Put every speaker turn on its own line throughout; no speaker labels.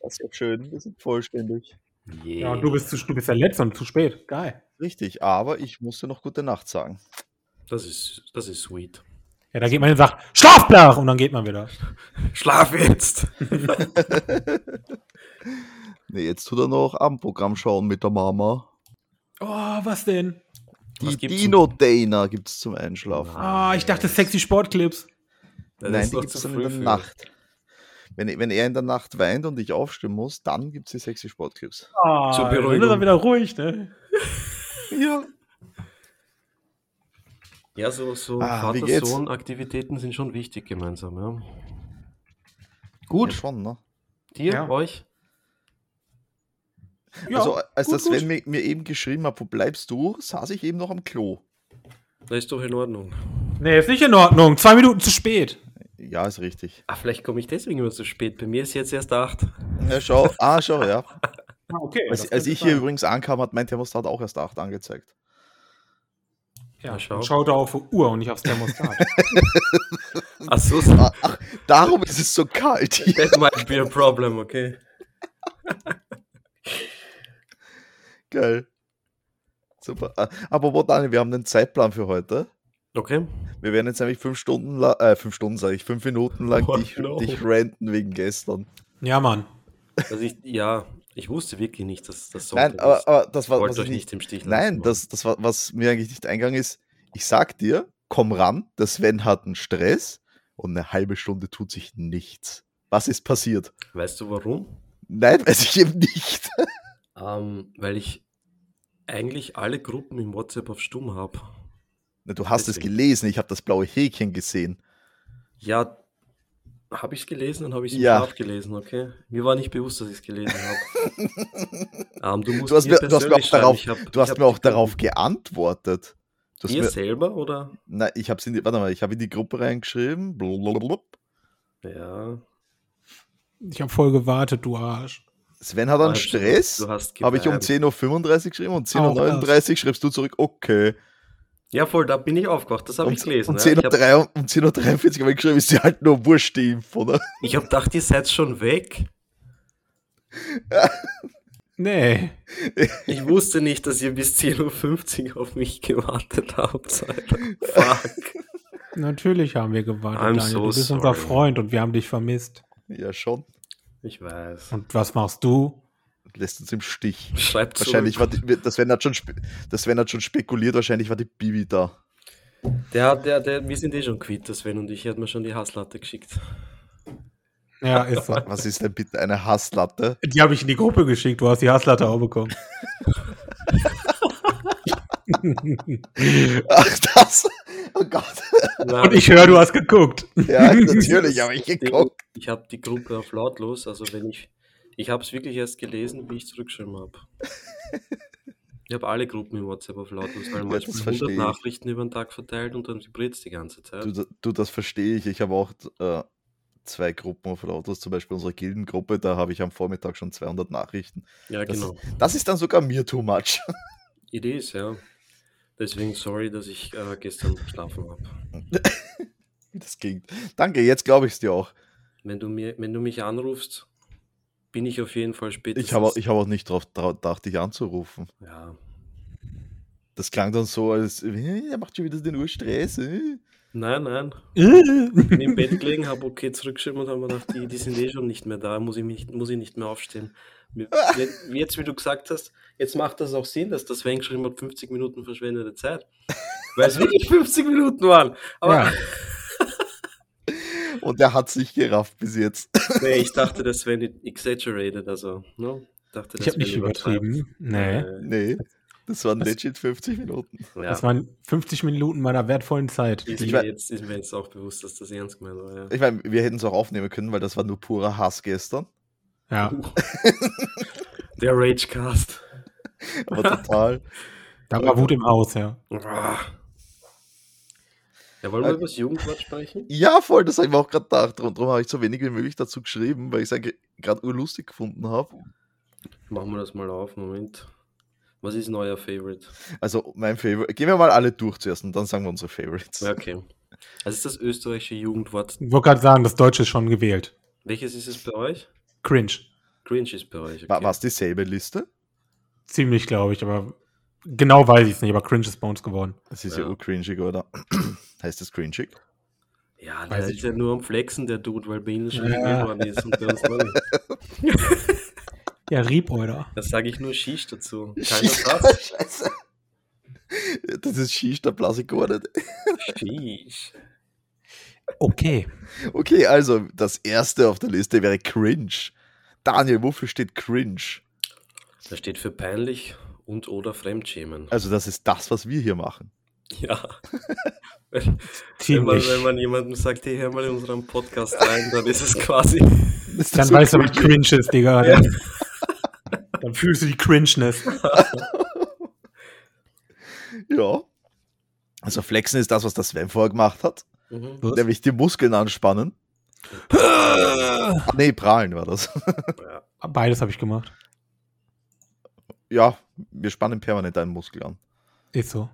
Das ist ja schön. Wir sind vollständig.
Ja, und du bist, zu, du bist ja letzter zu spät. Geil.
Richtig, aber ich musste noch gute Nacht sagen.
Das ist, das ist sweet.
Ja, da geht man hin und sagt, schlaf nach! Und dann geht man wieder.
Schlaf jetzt!
Nee, jetzt tut er noch Abendprogramm schauen mit der Mama.
Oh, was denn?
Die
Was gibt's
Dino Dana gibt es zum Einschlafen.
Ah, ich dachte sexy Sportclips.
Das
Nein,
ist
die
noch
gibt es
zu
dann in
früh
der
für.
Nacht. Wenn, wenn er in der Nacht weint und ich aufstehen muss, dann gibt es die sexy Sportclips.
Ah,
Zur Beruhigung.
dann ist er wieder ruhig, ne?
Ja.
Ja, so, so
Ah, wie geht's?
Vater-Sohn-Aktivitäten sind schon wichtig gemeinsam. Ja.
Gut. Ja,
Gut,
schon, ne?
dir,
Ja.
euch.
Ja,
also,
äh,
als
gut,
das
gut.
Sven mir, mir eben geschrieben hat, wo bleibst du, saß ich eben noch am Klo.
Da ist doch in Ordnung.
Nee, ist nicht in Ordnung. Zwei Minuten zu spät.
Ja, ist richtig.
Ah, vielleicht komme ich deswegen immer zu spät. Bei mir ist jetzt erst acht.
Ja, schau. Ah, schau, ja.
Ah, okay.
Als, als ich hier übrigens ankam, hat mein Thermostat auch erst 8 angezeigt.
Ja,
Na, schau.
schau. schaut er auf die Uhr und nicht aufs Thermostat.
Ach so,
Ah, Ach, darum ist es so kalt hier.
that might be a problem, okay?
Geil. Super. Ah, Apropos Daniel, wir haben einen Zeitplan für heute.
Okay.
Wir werden jetzt nämlich fünf Stunden lang, äh, fünf Stunden sage ich, fünf Minuten lang
Oh,
dich,
no.
dich ranten wegen gestern.
ja, Mann.
Also ich, ja, ich wusste wirklich nicht, dass das so
Nein, aber, aber das war was
wollte
ich
euch
nicht.
nicht im Stich lassen.
Nein,
Mann.
das, das war, was mir eigentlich nicht eingegangen ist. Ich sag dir, komm ran, der Sven hat einen Stress und eine halbe Stunde tut sich nichts. Was ist passiert?
Weißt du warum?
Nein, weiß ich eben nicht.
Ähm, weil ich eigentlich alle Gruppen im WhatsApp auf Stumm habe.
Na, Du hast es
Deswegen.
gelesen, ich habe das blaue Häkchen gesehen.
Ja, habe ich es gelesen und habe ich es
Ja.
im Schlaf gelesen, okay? Mir war nicht bewusst, dass ich es gelesen habe. ähm, du, musst
Du hast mir- du hast mir
persönlich
auch darauf-
schreiben, ich
Du
hab- ich
hast
hab
mir auch
die Gruppen-
darauf geantwortet. Du hast
Dir
mir,
selber oder?
nein, ich hab's in die, warte mal, ich habe in die Gruppe reingeschrieben. Blablabla.
Ja.
Ich habe voll gewartet, du Arsch.
Sven hat einen
Also,
Stress.
Du hast
Habe ich um
geweint.
10.35 Uhr geschrieben und 10.39 Uhr schreibst du zurück, okay.
Ja, voll, da bin ich aufgewacht, das habe
Um,
ich gelesen.
um
ja. Ich habe
10.43 Uhr um 10.43 habe ich geschrieben, ist dir halt nur Wurscht, die ne? Impf, oder?
ich hab gedacht, ihr seid schon weg.
Nee.
Ich wusste nicht, dass ihr bis 10.50 Uhr auf mich gewartet habt. Alter. Fuck.
Natürlich haben wir gewartet,
I'm
Daniel.
so
du bist
sorry.
unser Freund und wir haben dich vermisst.
Ja, schon.
Ich weiß.
Und was machst du?
Lässt uns im Stich.
Schreibt
Wahrscheinlich
zurück.
war die, das Sven hat schon, spe- das Sven hat schon spekuliert, wahrscheinlich war die Bibi da.
Der, der, der, wir sind eh schon quitt, der Sven und ich. Er hat mir schon die Hasslatte geschickt.
Ja, ist so.
Was ist denn bitte eine Hasslatte?
Die habe ich in die Gruppe geschickt, du hast die Hasslatte auch bekommen.
Ach, das. Oh Gott.
Na,
Und ich höre, du hast geguckt.
Ja, natürlich habe ich geguckt.
Ich habe die Gruppe auf lautlos, also wenn ich. Ich habe es wirklich erst gelesen, wie ich zurückgeschrieben habe. Ich habe alle Gruppen im WhatsApp auf lautlos, weil manchmal
das
100
verstehe ich.
Nachrichten über den Tag verteilt und dann vibriert es die ganze Zeit.
Du, da- du das verstehe ich. Ich habe auch äh, zwei Gruppen auf Autos, zum Beispiel unsere Gildengruppe, da habe ich am Vormittag schon 200 Nachrichten.
ja,
das
genau.
Das ist dann sogar mir too much.
Idee ist, ja. Deswegen sorry, dass ich äh, gestern geschlafen habe.
Wie das ging. Danke, jetzt glaube ich es dir auch.
Wenn du, mir, wenn du mich anrufst, bin ich auf jeden Fall später.
Ich habe auch, ich habe auch nicht drauf dra- gedacht, dich anzurufen.
Ja.
Das klang dann so, als äh, er macht schon wieder den Urstress. Äh.
Nein, nein.
Äh.
Bin im Bett gelegen, habe okay zurückgeschrieben und habe mir gedacht, die, die sind eh schon nicht mehr da, muss ich, mich, muss ich nicht mehr aufstehen. Mir- je- Jetzt, wie du gesagt hast, jetzt macht das auch Sinn, dass das Sven geschrieben hat, 50 Minuten verschwendete Zeit. Weil es wirklich 50 Minuten waren. Aber
Ja.
Und er hat sich gerafft bis jetzt.
nee, ich dachte, das Sven exaggerated, also, ne? Dachte,
Ich
der
habe nicht
Sven übertreibt.
übertrieben. Nee.
Nee, das waren
Das-
legit 50 Minuten.
Äh, ja.
Das waren 50 Minuten meiner wertvollen Zeit.
ist,
ich
mir
wei-
jetzt, ist mir jetzt auch bewusst, dass das ernst gemeint war. Ja.
Ich meine, wir hätten es auch aufnehmen können, weil das war nur purer Hass gestern.
Ja,
Der Ragecast.
Aber total.
da war Wut im Haus, ja.
Ah. Ja,
Äh,
wollen wir über das Jugendwort sprechen?
Ja, voll, das habe ich mir auch gerade gedacht. Und darum habe ich so wenig wie möglich dazu geschrieben, weil ich es gerade urlustig gefunden habe.
Machen wir das mal auf, Moment. Was ist neuer Favorite?
Also mein Favorite. Gehen wir mal alle durch zuerst und dann sagen wir unsere Favorites.
Ja, okay. Also ist das österreichische Jugendwort.
Ich wollte gerade sagen, das Deutsche ist schon gewählt.
Welches ist es bei euch?
Cringe.
Cringe ist bei euch.
War es dieselbe Liste?
Ziemlich, glaube ich, aber genau weiß ich es nicht, aber Cringe ist bei uns geworden.
Das ist ja,
Ja.
urcringig, oder? heißt das cringig?
Ja, der
Weiß ich
ist ja nur am Flexen, der Dude, weil bei ihnen schon
Ja.
ja. geworden ist und bei uns noch nicht.
Ja, Riebräuder.
Da sage ich nur Shish dazu. Keiner sagt
Scheiße. Das ist Schisch, da blase ich gar nicht.
Shish.
Okay.
Okay, also das erste auf der Liste wäre cringe. Daniel, wofür steht cringe?
Das steht für peinlich und oder Fremdschämen.
Also, das ist das, was wir hier machen.
Ja. Wenn man,
Ziemlich.
wenn man jemandem sagt, hey, hör mal in unseren Podcast rein, dann ist es quasi.
Ist
Dann
das so
weißt du, was
cringy?
Cringe ist, Digga. Dann, dann fühlst du die Cringeness.
Ja. Also, Flexen ist das, was der Sven vorher gemacht hat.
Mhm.
Nämlich die Muskeln anspannen. Ah, nee, prahlen war das.
Ja.
Beides habe ich gemacht.
Ja, wir spannen permanent einen Muskel an.
Ist so.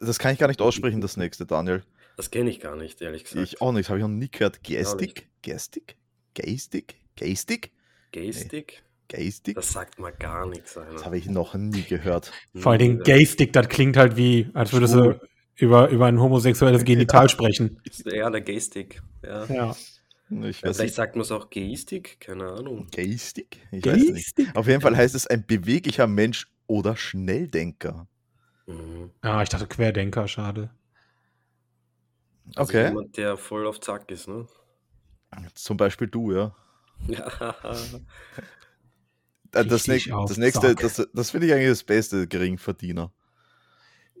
Das kann ich gar nicht aussprechen, das nächste, Daniel.
Das kenne ich gar nicht, ehrlich gesagt.
Ich auch nicht, habe ich noch nie gehört. Gestik? Gestik? Gestik? Gestik?
Gestik?
Gestik?
Das sagt mal gar nichts.
Das habe ich noch nie gehört.
Vor allen Dingen Gay-Stick, das klingt halt wie, als würdest du über, über ein homosexuelles Genital sprechen.
Ja, der Gaystick. Ja.
Ja.
Ich weiß
Vielleicht
nicht.
sagt man es auch Gaystick, keine Ahnung.
Gestik? Ich weiß es nicht.
Gay-Stick?
Auf jeden Fall heißt es ein beweglicher Mensch oder Schnelldenker.
Mhm.
Ah, ich dachte Querdenker, schade.
Also
Okay.
Jemand, der voll auf Zack ist, ne?
Zum Beispiel du, ja.
Ja.
Äh, Das,
Richtig
näch-
auf
das nächste,
Zack.
das, das finde ich eigentlich das Beste, Geringverdiener.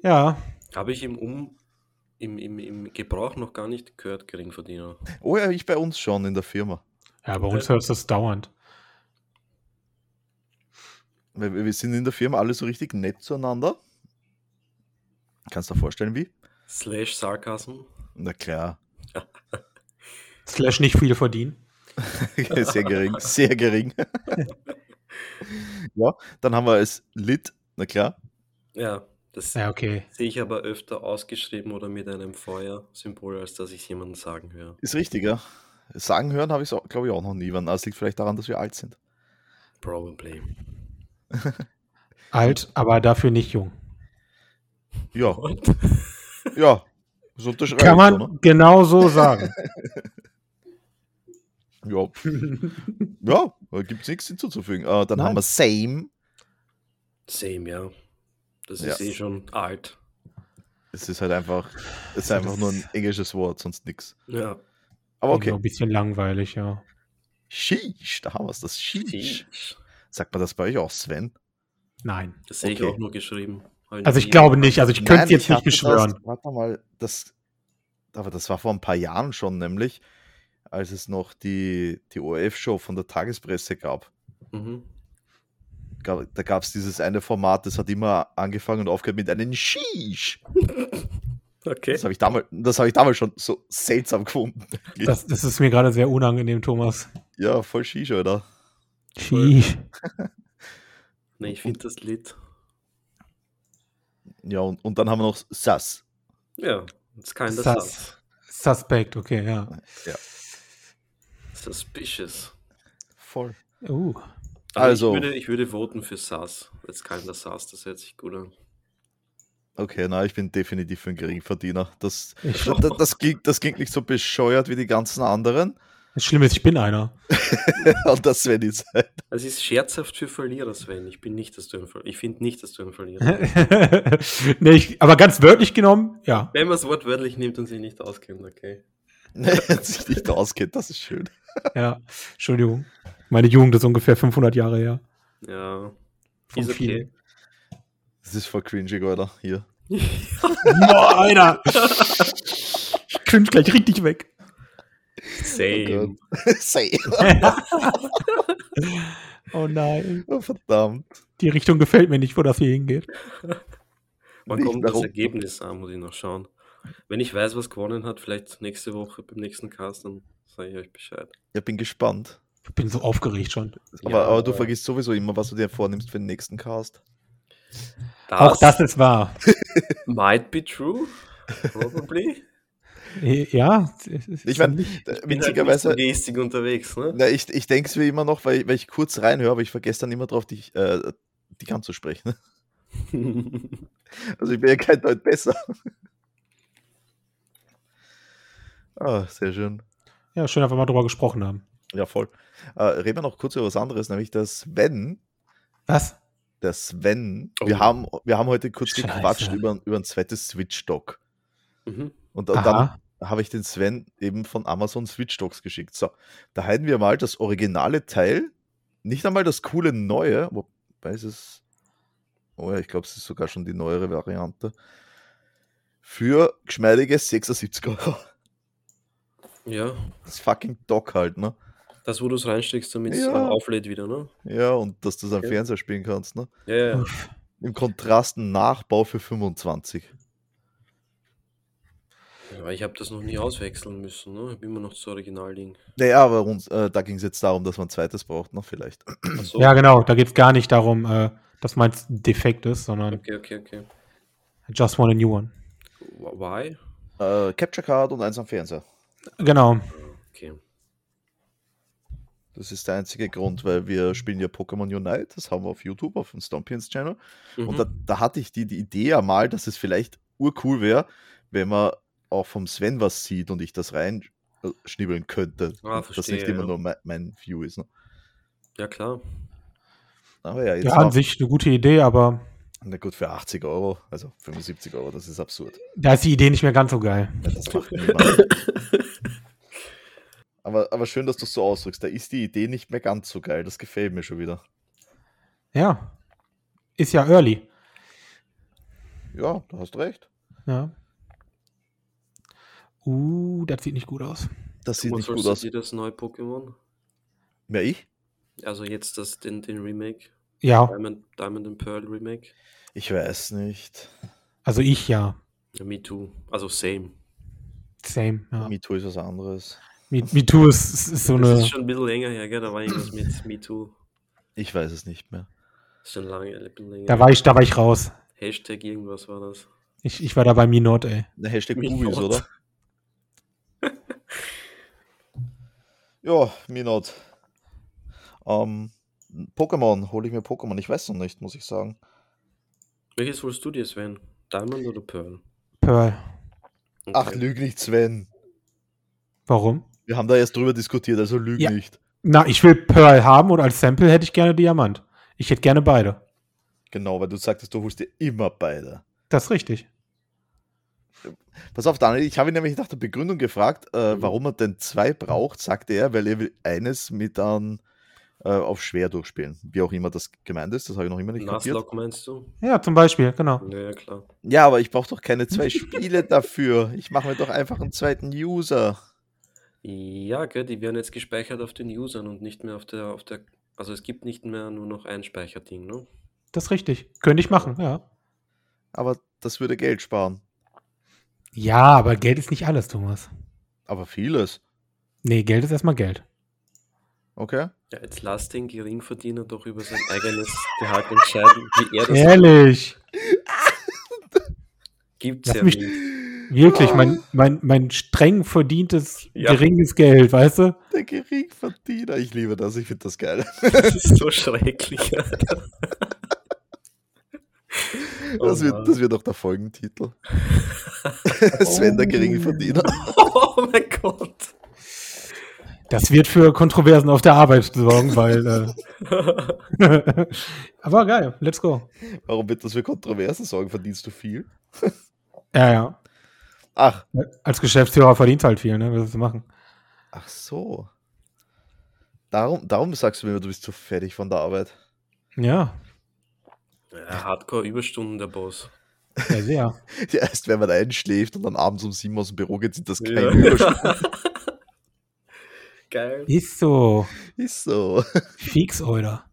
Ja,
Habe ich im Um, im, im, im Gebrauch noch gar nicht gehört, Geringverdiener.
Oh ja, ich bei uns schon in der Firma.
ja bei uns hörst du es dauernd.
Wir, wir sind in der Firma alle so richtig nett zueinander. Kannst du dir vorstellen, wie?
Slash Sarcasm.
Na klar.
Slash nicht viel verdienen.
sehr gering, sehr gering. ja, dann haben wir es Lit, na klar.
Ja, das
Ja, okay.
sehe ich aber öfter ausgeschrieben oder mit einem Feuersymbol, als dass ich es jemandem sagen höre.
Ist richtig, ja. Sagen hören habe ich es, glaube ich, auch noch nie. wann. Aber es liegt vielleicht daran, dass wir alt sind.
Probably.
Alt, aber dafür nicht jung.
Ja,
Und?
ja. Das unterschreibe
Kann
ich
man
so, ne?
genau so sagen.
Ja, ja da gibt es nichts hinzuzufügen. Äh, dann
Nein.
haben wir Same.
Same, ja. Das
Ja.
ist eh schon alt.
Es ist halt einfach, es ist einfach nur ein englisches Wort, sonst nichts.
Ja.
Aber
Irgendwie
okay.
Ein bisschen langweilig, ja.
Sheesh, da haben wir es, das Sheesh.
Das
Sagt man das bei euch auch, Sven?
Nein.
sehe ich
Okay.
auch nur geschrieben. Hab
Also ich
nie-
glaube nicht. Also ich könnte es
Nein,
jetzt nicht
hatte
beschwören.
Das, warte mal, das, aber das war vor ein paar Jahren schon, nämlich als es noch die, die ORF-Show von der Tagespresse gab.
Mhm.
gab da gab es dieses eine Format, das hat immer angefangen und aufgehört mit einem Sheesh.
Okay.
Das habe ich, damals- das hab ich damals schon so seltsam gefunden.
Das, das ist mir gerade sehr unangenehm, Thomas.
Ja, voll Sheesh, oder?
Nee, ich finde das Lied.
Ja, und, und dann haben wir noch Sass.
Ja, ist kein das
Sus-
Satz.
Suspect, okay, ja.
Suspicious.
Voll.
Uh.
Also-
Also. Ich würde, ich würde voten für Sass. Jetzt kein das Sass, das hört sich gut an.
Okay, na, ich bin definitiv ein Geringverdiener. Das,
Ich,
das, das, das, klingt, das klingt nicht so bescheuert wie die ganzen anderen.
das Schlimme ist, ich bin einer.
Und das Sven ist halt.
Also Es ist scherzhaft für Verlierer, Sven. Ich bin nicht, dass du ein Verlierer. Ich finde nicht, dass du ein Verlierer bist.
nee, ich, aber ganz wörtlich genommen, ja.
Wenn man es wortwörtlich nimmt und sich nicht auskennt, okay.
sich nicht auskennt, das ist schön.
ja. Entschuldigung. Meine Jugend ist ungefähr 500 Jahre her.
Ja.
Von
Ist okay.
vielen.
Das ist voll cringy, Alter. Hier.
Boah, Alter. ich cringe gleich richtig weg.
Same.
Sei.
Oh nein.
Oh, verdammt.
Die Richtung gefällt mir nicht, wo das hier hingeht.
Wann
Nicht
kommt das
warum.
Ergebnis an? Muss ich noch schauen. Wenn ich weiß, was gewonnen hat, vielleicht nächste Woche beim nächsten Cast, dann sage ich euch Bescheid.
Ich bin gespannt.
Ich bin so aufgeregt schon.
Aber,
Ja.
aber du vergisst sowieso immer, was du dir vornimmst für den nächsten Cast.
Auch das ist wahr.
might be true. Probably.
Äh, Ja,
Ich meine,
bin halt mit so
witzigerweise,
Gestik unterwegs, ne?
na, ich, ich denke es mir immer noch, weil, weil ich kurz reinhöre, aber ich vergesse dann immer drauf, dich, äh, dich anzusprechen. Also ich bin ja kein Deut besser. Ah, sehr schön.
ja, schön einfach mal drüber gesprochen haben.
Ja, voll. Äh, reden wir noch kurz über was anderes, nämlich der Sven.
Was?
Der Sven.
Oh.
Wir, haben, wir haben heute kurz
Scheiße.
gequatscht über, über ein zweites Switch-Dock.
Mhm.
Und
Aha.
dann habe ich den Sven eben von Amazon Switch Docs geschickt. So, da hätten wir mal das originale Teil, nicht einmal das coole neue, wobei es ist, oh ja, ich glaube, es ist sogar schon die neuere Variante, für geschmeidige 76 Euro.
Ja,
Das fucking Dock halt, ne?
das, wo du es reinsteckst, damit es
Ja.
auflädt wieder, ne?
Ja, und dass du es am
Ja.
Fernseher spielen kannst, ne?
Ja, ja.
Im Kontrast ein Nachbau für 25.
Aber ich habe das noch nie auswechseln müssen, ne? Ich habe immer noch das Originalding.
Naja, aber uns, äh, da ging es jetzt darum, dass man ein zweites braucht, ne? Vielleicht.
Ach so.
Ja, genau. Da geht es gar nicht darum, äh, dass meins defekt ist, sondern
Okay, okay, okay.
I just want a new one.
Why?
Äh, Capture Card und eins am Fernseher.
Genau.
Okay.
Das ist der einzige Grund, weil wir spielen ja Pokémon Unite, das haben wir auf YouTube, auf dem Stompions Channel.
Mhm.
Und da, da hatte ich die, die Idee ja mal, dass es vielleicht urcool wäre, wenn man auch vom Sven was sieht und ich das reinschnibbeln könnte.
Ah,
dass
verstehe,
nicht immer
ja.
nur mein, mein View ist. Ne?
ja, klar.
Aber ja, jetzt
Ja, an
auch-
sich eine gute Idee, aber
na gut, für 80 Euro, also 75 Euro, das ist absurd.
da ist die Idee nicht mehr ganz so geil.
Ja, das macht niemand. aber, aber schön, dass du es so ausdrückst. Da ist die Idee nicht mehr ganz so geil, das gefällt mir schon wieder.
Ja. Ist ja early.
Ja, du hast recht.
Ja. Uh, das sieht nicht gut aus.
Das sieht
Und
nicht
sollst
gut
du
aus.
dir das neue Pokémon?
Mehr ich?
Also jetzt das, den, den Remake.
Ja,
Diamond, Diamond and Pearl Remake.
Ich weiß nicht.
also ich ja.
Ja, me too. Also same.
Same. Ja.
MeToo ist was anderes.
Me, Me Too ist, ist, ist so
Das
eine.
ist schon ein bisschen länger her, gell? Da war irgendwas mit Me Too.
Ich weiß es nicht mehr.
Ist schon lange, ein bisschen länger.
Da war ich, da war ich raus.
Hashtag irgendwas war das.
Ich, ich war da bei Me Not, ey.
Der Hashtag
Mir
Boobies,
not.
oder? ja, mir not. Ähm, Pokémon, hole ich mir Pokémon. Ich weiß noch nicht, muss ich sagen.
Welches holst du dir, Sven? Diamond oder Pearl?
Pearl.
Okay.
Ach, lüg nicht, Sven.
Warum?
Wir haben da erst drüber diskutiert, also lüg
Ja.
nicht.
Na, ich will Pearl haben und als Sample hätte ich gerne Diamant. Ich hätte gerne beide.
Genau, weil du sagtest, du holst dir immer beide.
Das ist richtig.
Pass auf, Daniel, ich habe ihn nämlich nach der Begründung gefragt, äh,
Mhm.
warum er denn zwei braucht, sagte er, weil er will eines mit an äh, auf schwer durchspielen. Wie auch immer das gemeint ist, das habe ich noch immer nicht kapiert.
Nuzlocke meinst du?
Ja, zum Beispiel, genau.
Ja, ja, klar.
Ja, aber ich brauche doch keine zwei Spiele dafür. Ich mache mir doch einfach einen zweiten User.
Ja, gell, die werden jetzt gespeichert auf den Usern und nicht mehr auf der, auf der. Also es gibt nicht mehr nur noch ein Speicherding, ne?
Das ist richtig. Könnte ich machen, ja.
Aber das würde Geld sparen.
Ja, aber Geld ist nicht alles, Thomas.
Aber vieles.
Nee, Geld ist erstmal Geld.
Okay?
Ja, jetzt lass den Geringverdiener doch über sein eigenes Gehalt entscheiden, wie er das
Ehrlich.
gibt's
Lass
ja
mich-
nicht.
Wirklich, mein, mein, mein streng verdientes,
Ja.
geringes Geld, weißt du?
Der Geringverdiener. Ich liebe das. Ich finde das geil.
Das ist so schrecklich. Alter. Oh
Das
Mann.
wird, das wird auch der Folgentitel. Sven, der Geringverdiener.
Oh mein Gott.
Das wird für Kontroversen auf der Arbeit sorgen, weil. Äh aber geil, let's go.
Warum wird das für Kontroversen sorgen? Verdienst du viel?
Ja, ja.
Ach,
Als Geschäftsführer verdienst halt viel, ne? Das zu machen.
ach so. Darum, darum sagst du mir, du bist zu fertig von der Arbeit.
Ja,
Ja, Hardcore-Überstunden der Boss.
ja, sehr.
Ja, erst wenn man einschläft und dann abends um sieben aus dem Büro geht, sind das keine
Ja.
Überstunden.
Geil.
Ist so.
Ist so.
Fix, oder?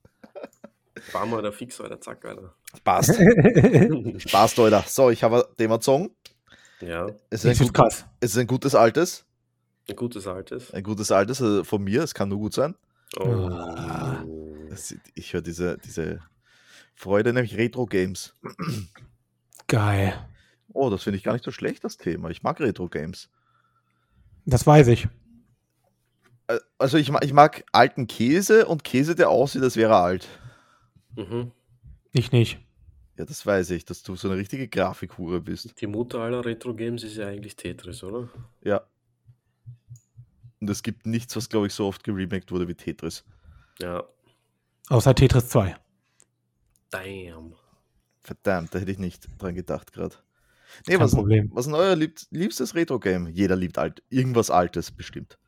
Bam, Alter, fix, Alter, zack, Alter.
Passt. Spaß, Leute. So, ich habe den mal Song.
Ja,
Es ist,
Das
ein
ist
gut,
krass.
es ist ein gutes altes.
ein gutes altes.
Ein gutes altes äh, von mir. Es kann nur gut sein.
Oh.
Ah.
Das, ich höre diese, diese Freude, nämlich Retro-Games.
Geil.
Oh, das finde ich gar nicht so schlecht, das Thema. Ich mag Retro-Games.
Das weiß ich.
Äh, Also ich, ma- ich mag alten Käse und Käse, der aussieht, als wäre er alt.
Mhm.
Ich nicht.
Ja, das weiß ich, dass du so eine richtige Grafikhure bist.
Die Mutter aller Retro-Games ist ja eigentlich Tetris, oder?
Ja. Und es gibt nichts, was, glaube ich, so oft geremaked wurde wie Tetris.
Ja.
Außer Tetris 2.
Damn.
Verdammt, da hätte ich nicht dran gedacht gerade. Nee,
Kein
was,
Problem.
was ist denn euer lieb, liebstes Retro-Game? Jeder liebt alt, irgendwas Altes bestimmt.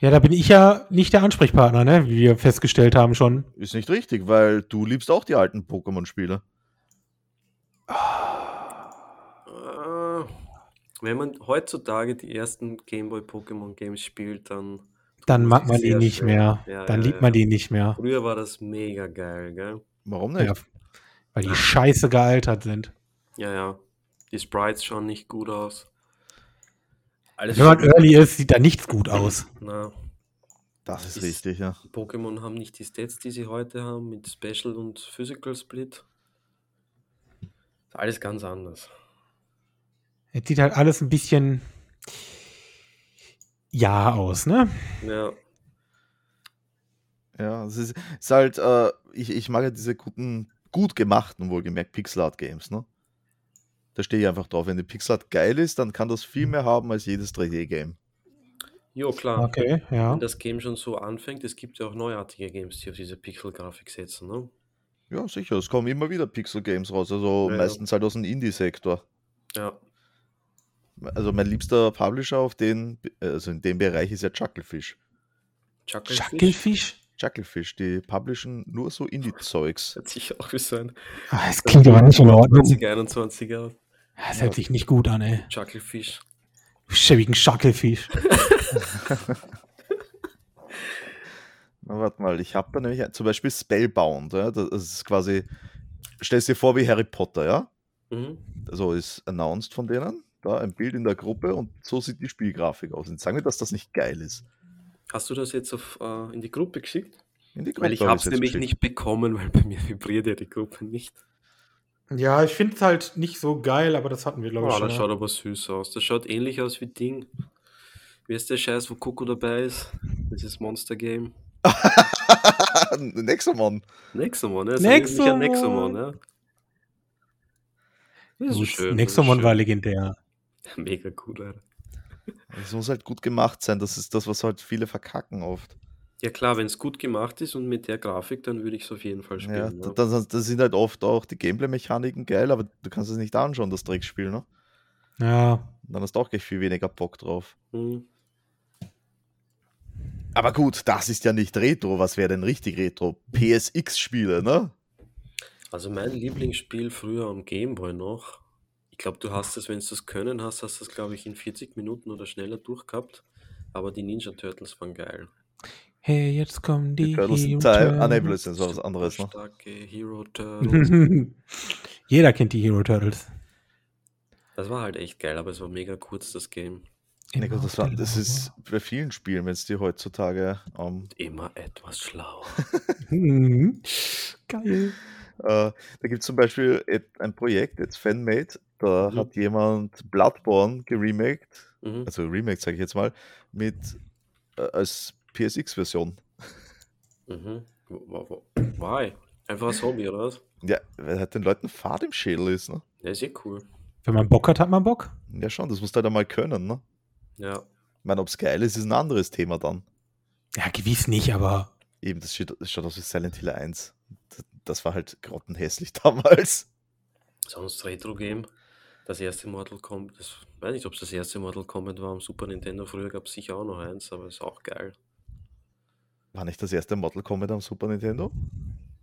Ja, da bin ich ja nicht der Ansprechpartner, ne? wie wir festgestellt haben schon.
Ist nicht richtig, weil du liebst auch die alten Pokémon-Spiele.
Äh, wenn man heutzutage die ersten Gameboy-Pokémon-Games spielt, dann.
Dann
tut
mag
sich
man die
sehr
nicht
schwer.
mehr.
Ja,
Dann
ja,
liebt
ja.
man die nicht mehr.
Früher war das mega geil, gell?
Warum nicht?
Ja, weil die scheiße gealtert sind.
Ja, ja. Die Sprites schauen nicht gut aus. Alles
Wenn man early ist, sieht da nichts gut aus.
Na,
Das ist
Ist-
richtig, ja.
Pokémon haben nicht die Stats, die sie heute haben, mit Special und Physical Split. Ist alles ganz anders.
Jetzt sieht halt alles ein bisschen ja aus, ne?
Ja,
Ja, es ist, ist halt, äh, ich, ich mag ja diese guten, gut gemachten, wohlgemerkt, Pixel-Art-Games, ne? Da stehe ich einfach drauf. Wenn die Pixel-Art geil ist, dann kann das viel mehr haben als jedes 3D-Game.
jo, klar.
Okay, ja.
Wenn das Game schon so anfängt, es gibt ja auch neuartige Games, die auf diese Pixel-Grafik setzen, ne?
Ja, sicher, es kommen immer wieder Pixel-Games raus, also
Ja, ja.
meistens halt aus dem Indie-Sektor.
Ja.
Also mein liebster Publisher auf den, also in dem Bereich ist ja Chucklefish.
Chucklefish
Schackelfisch?
Chucklefish, die publishen nur so Indie-Zeugs.
Hört sich auch wie so ein
Ah, das klingt aber nicht in Ordnung.
2021er
Das hört sich nicht gut an, ey.
Chucklefish.
Schäbigen Schackelfisch.
Na, warte mal, ich habe da nämlich ein- zum Beispiel Spellbound, ja? das ist quasi, stellst dir vor wie Harry Potter, ja?
Mhm.
Also ist announced von denen, da ein Bild in der Gruppe und so sieht die Spielgrafik aus. Und sagen wir, dass das nicht geil ist.
Hast du das jetzt auf, äh, in die Gruppe geschickt?
In die Gruppe
Weil ich
hab ich's
hab's
jetzt
nämlich
geschickt.
nicht bekommen, weil bei mir vibriert ja die Gruppe nicht.
Ja, ich finde es halt nicht so geil, aber das hatten wir, glaube
Oh, das schaut aber süß aus. Das schaut ähnlich aus wie Ding. Wie ist der Scheiß, wo Coco dabei ist? Dieses Monster Game.
Ah, Nächster Mann.
Nexomon, ne? Das
Nexomon.
erinnert mich an Nexomon, ne? Das ist schön, das
Nexomon
ist
war
schön.
legendär.
Mega cool, Alter.
Es muss halt gut gemacht sein, das ist das, was halt viele verkacken oft.
Ja klar, wenn es gut gemacht ist und mit der Grafik, dann würde ich es auf jeden Fall spielen.
Ja,
ne?
da, da, da sind halt oft auch die Gameplay-Mechaniken geil, aber du kannst es nicht anschauen, das Dreckspiel, ne?
Ja.
Dann hast du auch gleich viel weniger Bock drauf.
Hm.
Aber gut, das ist ja nicht Retro. Was wäre denn richtig Retro? PSX-Spiele, ne?
Also mein Lieblingsspiel früher am Gameboy noch. Ich glaube, du hast es, wenn du das Können hast, hast du es, glaube ich, in 40 Minuten oder schneller durchgehabt. Aber die Ninja Turtles waren geil.
Hey, jetzt kommen
Die
die.
Turtles in
Hero
Time. Ah, ne,
Turtles.
Blödsinn, das war was anderes, ne?
Starke Hero Turtles.
Jeder kennt die Hero Turtles.
Das war halt echt geil, aber es war mega kurz, das Game.
Nee, Gott, das, war, das
Immer
ist bei vielen Spielen, wenn es dir heutzutage. ähm,
Immer etwas schlau.
auf der- Mhm. Geil.
äh, da gibt es zum Beispiel et- ein Projekt, jetzt Fanmade, da
Mhm.
hat jemand Bloodborne geremaked,
Mhm.
also Remake, sage ich jetzt mal, mit äh, als PSX-Version.
Mhm. Wo- wo- Why? Einfach als Hobby, oder was?
Ja, weil halt den Leuten Fahrt im Schädel ist, ne?
Ja, ist eh cool.
Wenn man Bock hat, hat man Bock.
Ja, schon, das musst du halt einmal können, ne?
Ja.
Ich meine, ob es geil ist, ist ein anderes Thema dann.
Ja, gewiss nicht, aber
Eben, das schaut, das schaut aus wie Silent Hill 1. D- Das war halt grottenhässlich damals.
Sonst Retro-Game. Das erste Mortal Kombat. Das, weiß nicht, ob es das erste Mortal Kombat war am Super Nintendo. Früher gab es sicher auch noch eins, aber ist auch geil.
War nicht das erste Mortal Kombat am Super Nintendo?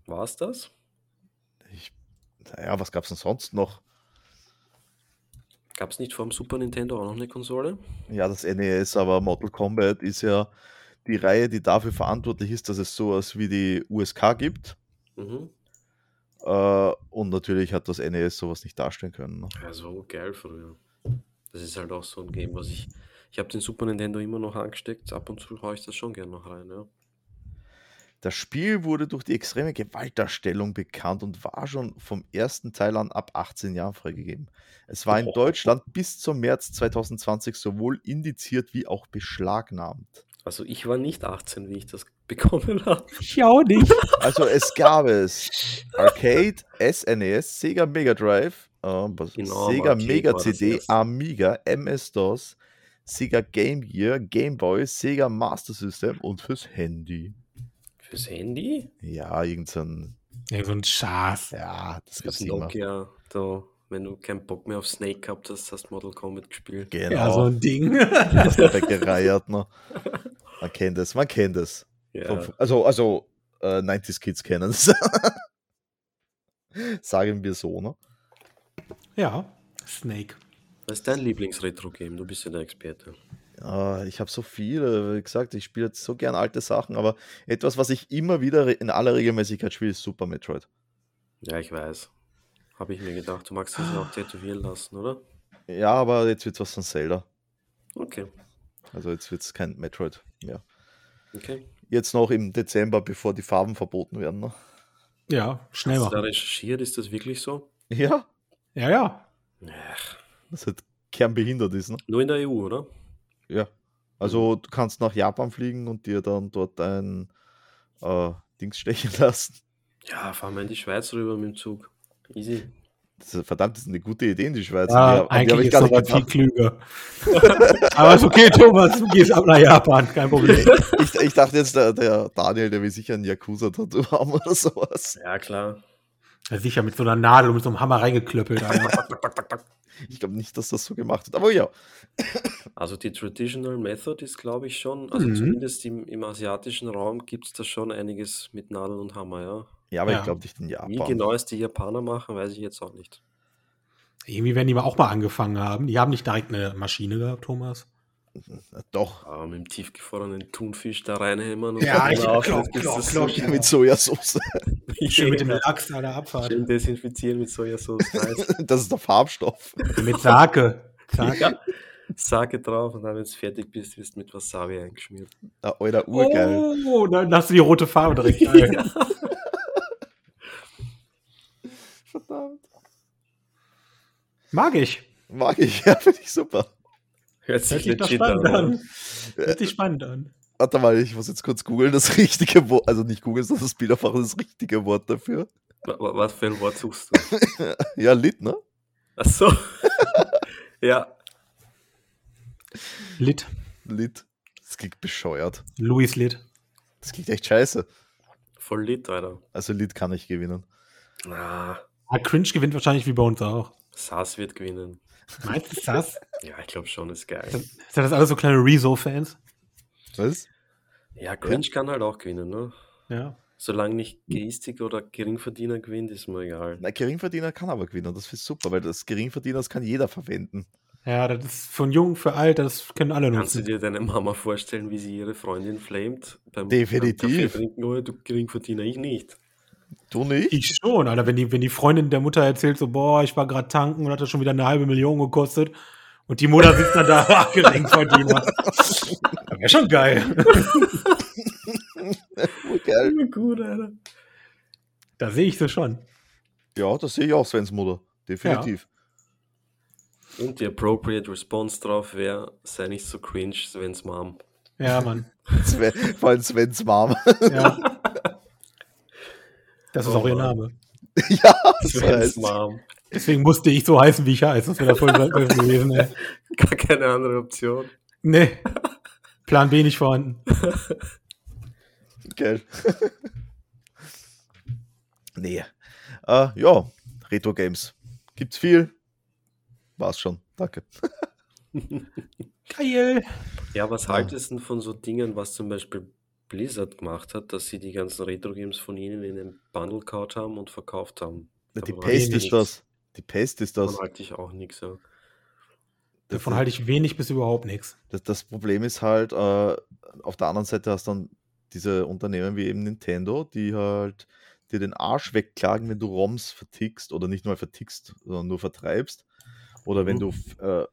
War es das?
Ich, naja, was gab's denn sonst noch?
Gab es nicht vor dem Super Nintendo auch noch eine Konsole?
Ja, das NES, aber Mortal Kombat ist ja die Reihe, die dafür verantwortlich ist, dass es sowas wie die USK gibt.
Mhm.
Äh, und natürlich hat das NES sowas nicht darstellen können. Ne?
Ja, so geil früher. Das ist halt auch so ein Game, was ich. Ich habe den Super Nintendo immer noch angesteckt. Ab und zu haue ich das schon gerne noch rein, ja.
Das Spiel wurde durch die extreme Gewaltdarstellung bekannt und war schon vom ersten Teil an ab 18 Jahren freigegeben. Es war in Deutschland bis zum März 2020 sowohl indiziert wie auch beschlagnahmt.
Also ich war nicht 18, wie ich das bekommen habe.
Ich auch nicht.
Also es gab es Arcade, SNES, Sega Mega Drive, äh, was-
Genau,
Sega
Arcade
Mega
war das
CD,
erste.
Amiga, MS-DOS, Sega Game Gear, Game Boy, Sega Master System und fürs Handy.
Fürs Handy?
Ja, irgendein.
Ja, so ein Schatz.
Ja, das gab's
Fürs
immer.
Nokia. Da, wenn du keinen Bock mehr auf Snake gehabt hast, hast du Model Combat gespielt.
Genau.
Ja, so ein Ding.
hast du weggereiert. Ne? Man kennt es, man kennt es.
Ja.
Vom- Also, also äh, 90s Kids kennen es. Sagen wir so, ne?
Ja, Snake.
Was ist dein Lieblings-Retro-Game? Du bist ja der Experte.
Ah, ich habe so viele, wie gesagt, ich spiele jetzt so gern alte Sachen, aber etwas, was ich immer wieder re- in aller Regelmäßigkeit spiele, ist Super Metroid.
Ja, ich weiß. Habe ich mir gedacht, du magst das ja
Ah.
auch tätowieren lassen, oder?
Ja, aber jetzt wird's was von Zelda.
Okay.
Also jetzt wird's kein Metroid mehr.
Okay.
Jetzt noch im Dezember, bevor die Farben verboten werden, ne?
Ja, schnell
Hast du da
machen.
recherchiert? Ist das wirklich so?
Ja,
Ja, ja.
Ach,
das halt kernbehindert ist, ne?
nur in der EU, oder?
Ja. Also du kannst nach Japan fliegen und dir dann dort ein äh, Dings stechen lassen.
Ja, fahren wir in die Schweiz rüber mit dem Zug. Easy.
Das ist, verdammt, das ist eine gute Idee in die Schweiz.
Ja,
An die- an die hab
Ah, eigentlich
ich
ist
gar
aber
nicht
viel
gedacht.
klüger. Aber ist okay, Thomas, du gehst ab nach Japan, kein Problem.
Ich, ich dachte jetzt, der, der Daniel, der will sicher ein Yakuza-Tattoo haben oder sowas.
Ja, klar.
Ja, sicher, mit so einer Nadel und mit so einem Hammer reingeklöppelt. Alter.
Ich glaube nicht, dass das so gemacht wird. Aber ja,
Also die Traditional Method ist, glaube ich, schon, also
Mhm.
zumindest im, im asiatischen Raum gibt es da schon einiges mit Nadel und Hammer, ja.
ja aber
Ja.
ich glaube nicht in Japan.
Wie genau es die Japaner machen, weiß ich jetzt auch nicht.
Irgendwie werden die mal auch mal angefangen haben. Die haben nicht direkt eine Maschine gehabt, Thomas.
Na, Doch,
Aber Ah, mit dem tiefgefrorenen Thunfisch da reinhämmern
Ja,
dann
ich-
raus,
klar,
das ist
klar,
das
klar,
so
klar.
mit Sojasauce.
Schön mit dem Lachs an der Abfahrt.
Schön desinfizieren mit Sojasauce. Nice.
Das ist der Farbstoff.
Mit Sake. Sake.
ja. Sake drauf und dann, wenn du fertig bist, wirst du mit Wasabi eingeschmiert.
Na, Alter, urgeil.
Oh, dann hast du die rote Farbe direkt. Geil.
Verdammt.
Mag ich.
Mag ich, ja, finde ich super.
Hört
Hört
sich
sich doch
legit
spannend
an.
an.
oder?
Hört sich spannend an.
Warte mal, ich muss jetzt kurz googeln, das richtige Wort, also nicht googeln, sondern das Bilderfach ist das richtige Wort dafür.
Wa- wa- Was für ein Wort suchst du?
Ja, Lit, ne?
Achso. ja,
Lit.
Lit. Das klingt bescheuert.
Louis Lit.
Das klingt echt scheiße.
voll lit, Alter.
Also Lit kann ich gewinnen.
Ah,
Ah, Cringe gewinnt wahrscheinlich wie bei uns auch.
Saas wird gewinnen.
Meinst du das?
Ja, ich glaube schon, ist geil.
Sind das alles so kleine Rezo-Fans?
Was?
Ja, Grinch kann halt auch gewinnen, ne?
Ja.
Solange nicht Gestik oder Geringverdiener gewinnt, ist mir egal.
Na, Geringverdiener kann aber gewinnen, das ist super, weil das Geringverdiener, das kann jeder verwenden.
Ja, das ist von jung für alt, das können alle
Kannst du
nutzen.
dir deine Mama vorstellen, wie sie ihre Freundin flamet? Beim,
Definitiv.
Beim Kaffee trinken, oh, du Geringverdiener, ich nicht.
Du nicht?
Ich schon, Alter. Wenn die, wenn die Freundin der Mutter erzählt, so, boah, ich war gerade tanken und hat das schon wieder eine halbe Million gekostet. Und die Mutter sitzt dann da, ah, Geringverdiener. Wäre schon geil.
Geil.
Gut, Alter.
Da sehe ich sie schon.
Ja, das sehe ich auch, Svens Mutter. Definitiv.
Und die appropriate Response drauf wäre, sei nicht so cringe, Svens Mom.
Ja, Mann.
Sven, vor allem Svens Mom.
Ja. Das ist
Oh,
auch ihr
Mann.
Name.
ja, das
Svens
heißt,
Mom.
Deswegen musste ich so heißen, wie ich heiße. Das wäre voll blöd gewesen, ey.
Gar keine andere Option.
Nee. Plan B nicht vorhanden.
geil. nee. Äh, ja, Retro Games. Gibt's viel? War's schon. Danke.
Geil.
Ja, was haltest du denn von so Dingen, was zum Beispiel Blizzard gemacht hat, dass sie die ganzen Retro-Games von ihnen in einem Bundle kaut haben und verkauft haben?
Die
Davon
Paste
halte ich
ist das. Die Paste ist das.
Davon halte ich auch nichts. Ja.
Das-
Davon halte ich wenig bis überhaupt nichts.
Das, das Problem ist halt, äh, auf der anderen Seite hast du dann diese Unternehmen wie eben Nintendo, die halt dir den Arsch wegklagen, wenn du ROMs vertickst oder nicht mal vertickst, sondern nur vertreibst. Oder wenn
Mhm.
du f- äh,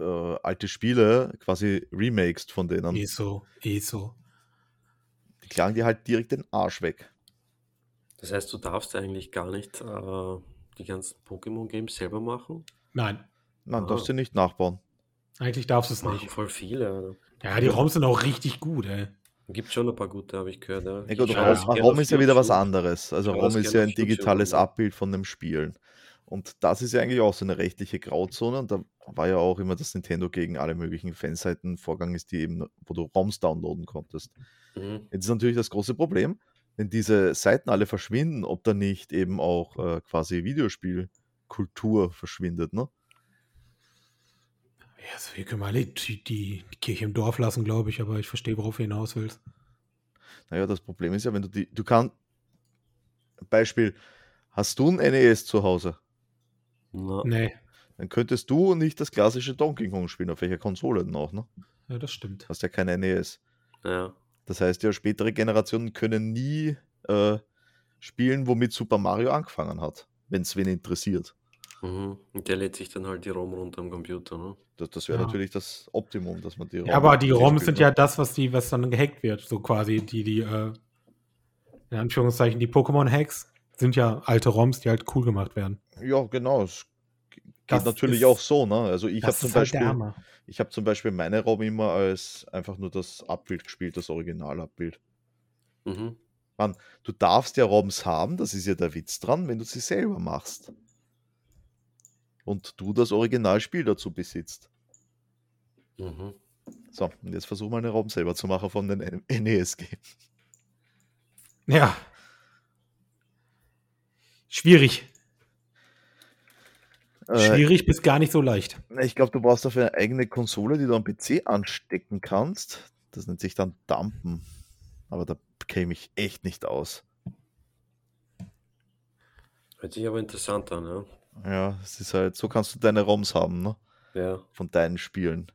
äh, alte Spiele quasi remakest von denen.
Eh so, eh so.
Die klagen dir halt direkt den Arsch weg.
Das heißt, du darfst eigentlich gar nicht äh, die ganzen Pokémon-Games selber machen?
Nein,
Nein,
Ah.
darfst du nicht nachbauen.
eigentlich darfst du es
Machen
nicht.
voll viele.
Ja, die ROMs sind auch richtig gut, ey.
Gibt schon ein paar gute, habe ich gehört. Ja.
Ja, gut,
Ich
Ja,
schaue
Raum,
das gerne
Raum
auf
ist ja wieder was
YouTube.
anderes. Also
Ja,
Raum
das
ist
gerne
ja
auf
ein
YouTube,
digitales
ja.
Abbild von dem Spielen. Und das ist ja eigentlich auch so eine rechtliche Grauzone. Und da war ja auch immer das Nintendo gegen alle möglichen Fanseiten Vorgang ist, die eben, wo du ROMs downloaden konntest.
Mhm.
Jetzt ist natürlich das große Problem, wenn diese Seiten alle verschwinden, ob da nicht eben auch äh, quasi Videospielkultur verschwindet, ne?
Ja, also wir können mal die, die, die Kirche im Dorf lassen, glaube ich, aber ich verstehe, worauf du hinaus willst.
Naja, das Problem ist ja, wenn du die, du kannst, Beispiel, hast du ein NES zu Hause,
Na,
Nee,
dann könntest du nicht das klassische Donkey Kong spielen, auf welcher Konsole denn auch, ne?
ja, das stimmt.
Hast ja kein NES.
ja.
Das heißt ja, spätere Generationen können nie äh, spielen, womit Super Mario angefangen hat, wenn es wen interessiert.
Mhm. Und der lädt sich dann halt die ROM runter am Computer. Ne?
Das, das wäre
Ja.
natürlich das Optimum, dass man die
Ja, aber die
ROM
ROMs
spielt,
sind
ne?
ja das, was die, was dann gehackt wird, so quasi die, die, äh, in Anführungszeichen, die Pokémon-Hacks sind ja alte ROMs, die halt cool gemacht werden.
Ja, genau. Es g- geht
Das
natürlich
ist-
auch so, ne? Also ich habe
Das
zum
ist halt der
Beispiel,
Hammer.
ich habe zum Beispiel meine Raum immer als einfach nur das Abbild gespielt, das Originalabbild.
Mhm.
Du darfst ja Robs haben, das ist ja der Witz dran, wenn du sie selber machst. Und du das Originalspiel dazu besitzt.
Mhm.
So, und jetzt versuch mal eine Raum selber zu machen von den N- E NES-Game.
Ja. Schwierig.
Äh,
Schwierig bis gar nicht so leicht.
ich glaube, du brauchst dafür eine eigene Konsole, die du am PC anstecken kannst. Das nennt sich dann Dumpen. Aber da käme ich echt nicht aus.
Hört sich aber interessant an, ja.
Ja, es ist halt, so kannst du deine ROMs haben, ne?
Ja,
Von deinen Spielen.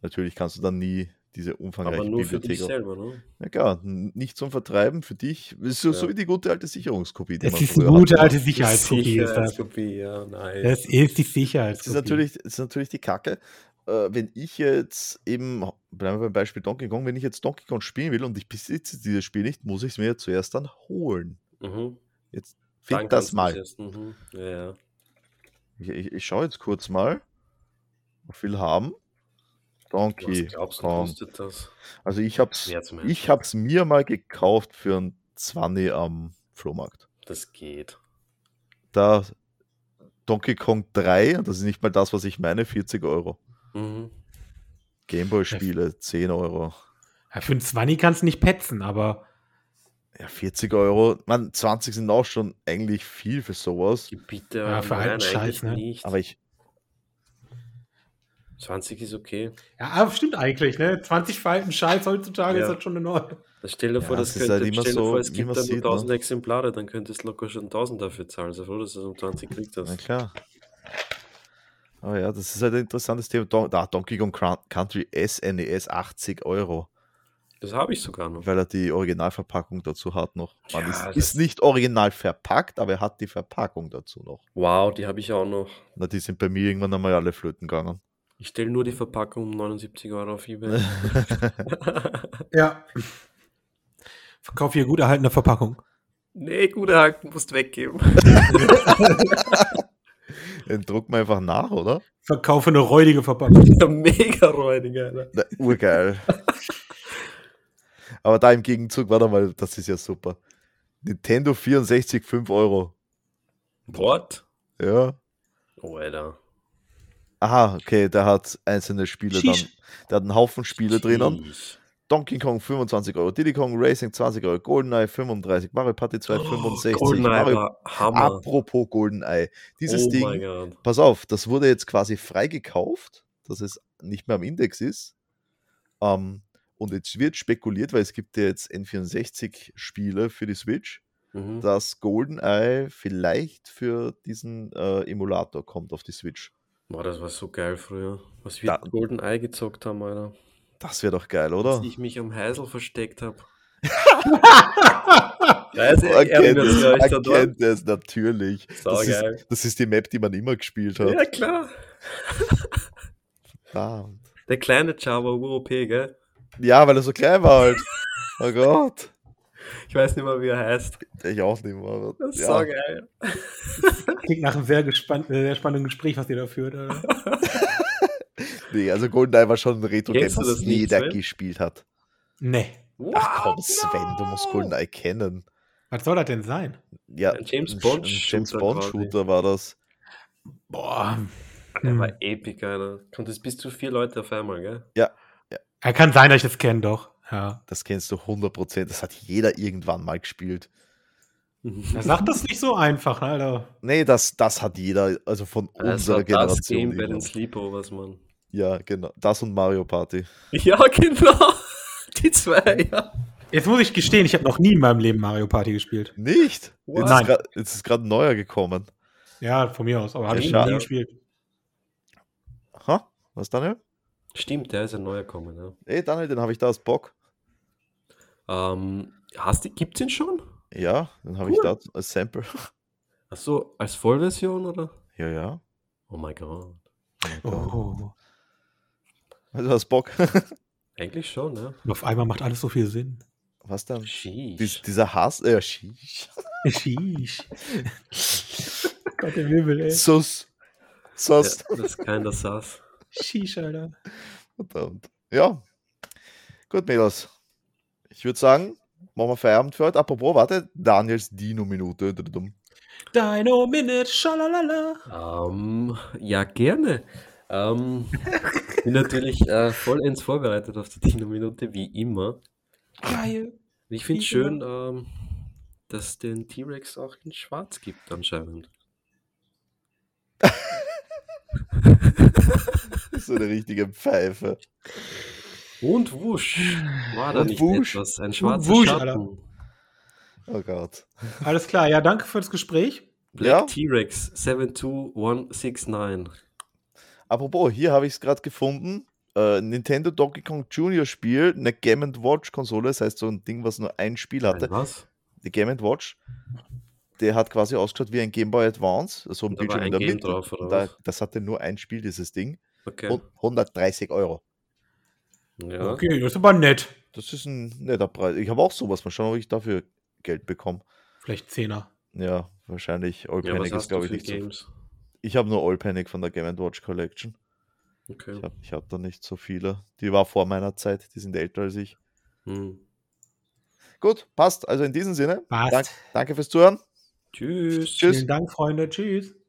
Natürlich kannst du dann nie diese umfangreiche
aber nur für dich
auf-
selber, ne?
Na klar, n- nicht zum Vertreiben für dich. Ist so, so
Ja.
wie die gute alte Sicherungskopie, die
Es
man
ist eine
früher hatte.
gute
ne?
alte Sicherheitskopie. ist das.
Sicherheitskopie, ja, nice.
Das ist die
Das ist,
Sicherheitskopie.
natürlich, das ist natürlich die Kacke. Äh, wenn ich jetzt eben, bleiben wir beim Beispiel Donkey Kong, wenn ich jetzt Donkey Kong spielen will und ich besitze dieses Spiel nicht, muss ich es mir ja zuerst dann holen.
mhm.
Jetzt
Dann
find das
kannst du's
mal.
erst, Mhm. Ja, ja.
Ich, ich, ich schaue jetzt kurz mal, wie viel haben. Donkey
Was glaubst du,
Kong.
kostet das?
Also ich hab's,
Schwer zu merken.
ich hab's mir mal gekauft für ein 20 am Flohmarkt.
Das geht.
Da Donkey Kong 3, und das ist nicht mal das, was ich meine, 40 Euro.
Mhm.
Gameboy-Spiele, 10 Euro.
ja, für einen 20 kannst du nicht petzen, aber
Ja, 40 Euro. Man, 20 sind auch schon eigentlich viel für sowas.
Gebiete,
Ja, für alten Scheiß, ne?
nicht.
Aber ich,
20 ist okay.
Ja, aber stimmt eigentlich, ne? 20 Falten Scheiß heutzutage
Ja.
ist das schon eine neue.
Das Also Stell dir
Ja,
vor, das
es ist
könnte,
halt immer
stell dir
so,
vor, es
wie
gibt
man
da nur
sieht, ne?
1000 Exemplare, dann könntest du locker schon 1000 dafür zahlen. Sei froh, dass du es um 20 kriegst.
na
Das.
klar. Aber ja, das ist halt ein interessantes Thema. Don, da, Donkey Kong Cra- Country SNES 80 Euro,
das habe ich sogar noch.
weil er die Originalverpackung dazu hat noch. Man
Ja,
ist,
das-
ist nicht original verpackt, aber er hat die Verpackung dazu noch.
Wow, die habe ich auch noch.
Na, die sind bei mir irgendwann einmal alle flöten gegangen.
Ich stelle nur die Verpackung um 79 Euro auf Ebay.
Ja. Verkauf hier gut erhaltene Verpackung.
nee, guter Haken, musst weggeben.
Dann druck mal einfach nach, oder?
Verkaufe eine räudige Verpackung.
Mega räudig, Alter.
Na, Ne, urgeil. Aber da im Gegenzug, warte mal, das ist ja super. Nintendo 64, 5 Euro.
What?
Ja.
Oh, Alter.
Aha, okay, der hat einzelne Spiele
Sheesh.
dann. Der hat einen Haufen Spiele drinnen.
Jeez.
Donkey Kong 25 Euro, Diddy Kong Racing 20 Euro, GoldenEye 35, Mario Party 2 65.
Oh, GoldenEye
Mario,
war Hammer.
apropos GoldenEye, dieses
oh mein
Ding,
Gott.
pass auf, das wurde jetzt quasi freigekauft, dass es nicht mehr am Index ist. Ähm, und jetzt wird spekuliert, weil es gibt ja jetzt N64-Spiele für die Switch,
Mhm.
dass GoldenEye vielleicht für diesen äh, Emulator kommt auf die Switch.
Boah, das war so geil früher. Was wir
Da-
mit GoldenEye gezockt haben, Alter.
Das wäre doch geil, oder?
Als ich mich am Heisel versteckt habe. Weiß
Man kennt es,
euch da
man
dort.
kennt es natürlich. Das ist,
Saugeil.
das ist die Map, die man immer gespielt hat. Ah,
Ja, klar.
Verdammt.
Der kleine Char war UOP, gell?
Ja, weil er so klein war halt. Oh Gott.
Ich weiß nicht mal, wie er heißt.
Ich auch nicht mehr. Aber,
Das ist
ja.
so geil.
Klingt nach einem sehr, gespannt, äh, sehr spannenden Gespräch, was ihr da führt. Alter.
Nee, also GoldenEye war schon ein Retro-Game,
Kennst du
was
das nicht,
jeder
Sven?
gespielt hat.
Nee.
Ach komm,
Wow,
Sven, du musst
genau.
GoldenEye kennen.
Was soll das denn sein?
Ja,
Ein James
ein Sch-
Bond
ein James
Shooter
Bond
quasi.
Shooter war das.
Boah.
Der
Hm.
war epic, Alter. Kommt jetzt bis zu vier Leute auf einmal, gell?
Ja, kann sein, dass ich das kenne, doch. Ja.
Das kennst du 100%. Das hat jeder irgendwann mal gespielt.
Er sagt das nicht so einfach, ne, Alter.
Nee, das, das hat jeder, also von
Das
unserer
war
Generation.
das Game bei
irgendwann.
den Sleepovers, Mann.
ja, genau. Das und Mario Party.
Ja, genau. Die zwei, ja.
Jetzt muss ich gestehen, ich habe noch nie in meinem Leben Mario Party gespielt.
Nicht?
What?
Jetzt
Nein.
ist grad- jetzt ist gerade ein neuer gekommen.
Ja, von mir aus, aber habe
Ja,
ich noch nie
schade.
gespielt.
Ha? Was, Daniel?
Stimmt, der ist ein neuer kommen, ja.
Ey, Daniel, den habe ich da als Bock.
Ähm, hast du, gibt's ihn schon?
Ja, den habe ich da als Sample.
Ach so, als Vollversion, oder?
Ja, ja.
Oh mein Gott.
Oh.
Also hast Bock.
Eigentlich schon, ne? ja.
Und auf einmal macht alles so viel Sinn.
Was dann? Dies,
Sheesh.
dieser Hass, äh, Sheesh.
Sheesh. Gott im Himmel, ey.
Sus.
Ja,
Sus.
das ist kein das saß.
Sheesh, Alter.
Verdammt. Ja. Gut, Mädels. Ich würde sagen, machen wir Feierabend für heute. Apropos, warte, Daniels Dino-Minute. Dudum.
Dino Minute, schalalala.
Ähm, ja, gerne. Ähm, bin natürlich äh, vollends vorbereitet auf die Dino-Minute, wie immer.
Geil.
Und Ich finde es
Wie
schön, ähm, dass es den T-Rex auch in Schwarz gibt, anscheinend.
Das ist so eine richtige Pfeife.
Und wusch. War da
Und
nicht
wusch.
etwas? Ein schwarzer
wusch,
Schatten.
Oh Gott.
Alles klar, ja, danke für das Gespräch.
Black
Ja.
T-Rex 72169.
Apropos, hier habe ich es gerade gefunden. Äh, Nintendo Donkey Kong Junior Spiel, eine Game Watch Konsole, das heißt so ein Ding, was nur ein Spiel hatte.
Ein was?
Die Game Watch, der hat quasi ausgeschaut wie ein Game Boy Advance, so ein
Da war
Bildschirm
ein
in der
Game
Mitte.
drauf, oder
Und da,
was?
das hatte nur ein Spiel, dieses Ding.
Okay.
Und 130 Euro.
ja.
Okay, das ist aber nett.
Das ist ein netter Preis. Ich habe auch sowas. Mal schauen, ob ich dafür Geld bekomme.
Vielleicht Zehner.
Ja, wahrscheinlich. All
ja, was
Panic ist,
hast du
glaube ich,
für
nicht so.
Games?
Ich habe nur All Panic von der Game Watch Collection.
Okay.
Ich habe ich hab da nicht so viele. Die war vor meiner Zeit. Die sind älter als ich.
Hm.
Gut, passt. Also in diesem Sinne.
Passt.
Dank, danke fürs Zuhören.
Tschüss.
Tschüss.
Vielen Dank, Freunde. Tschüss.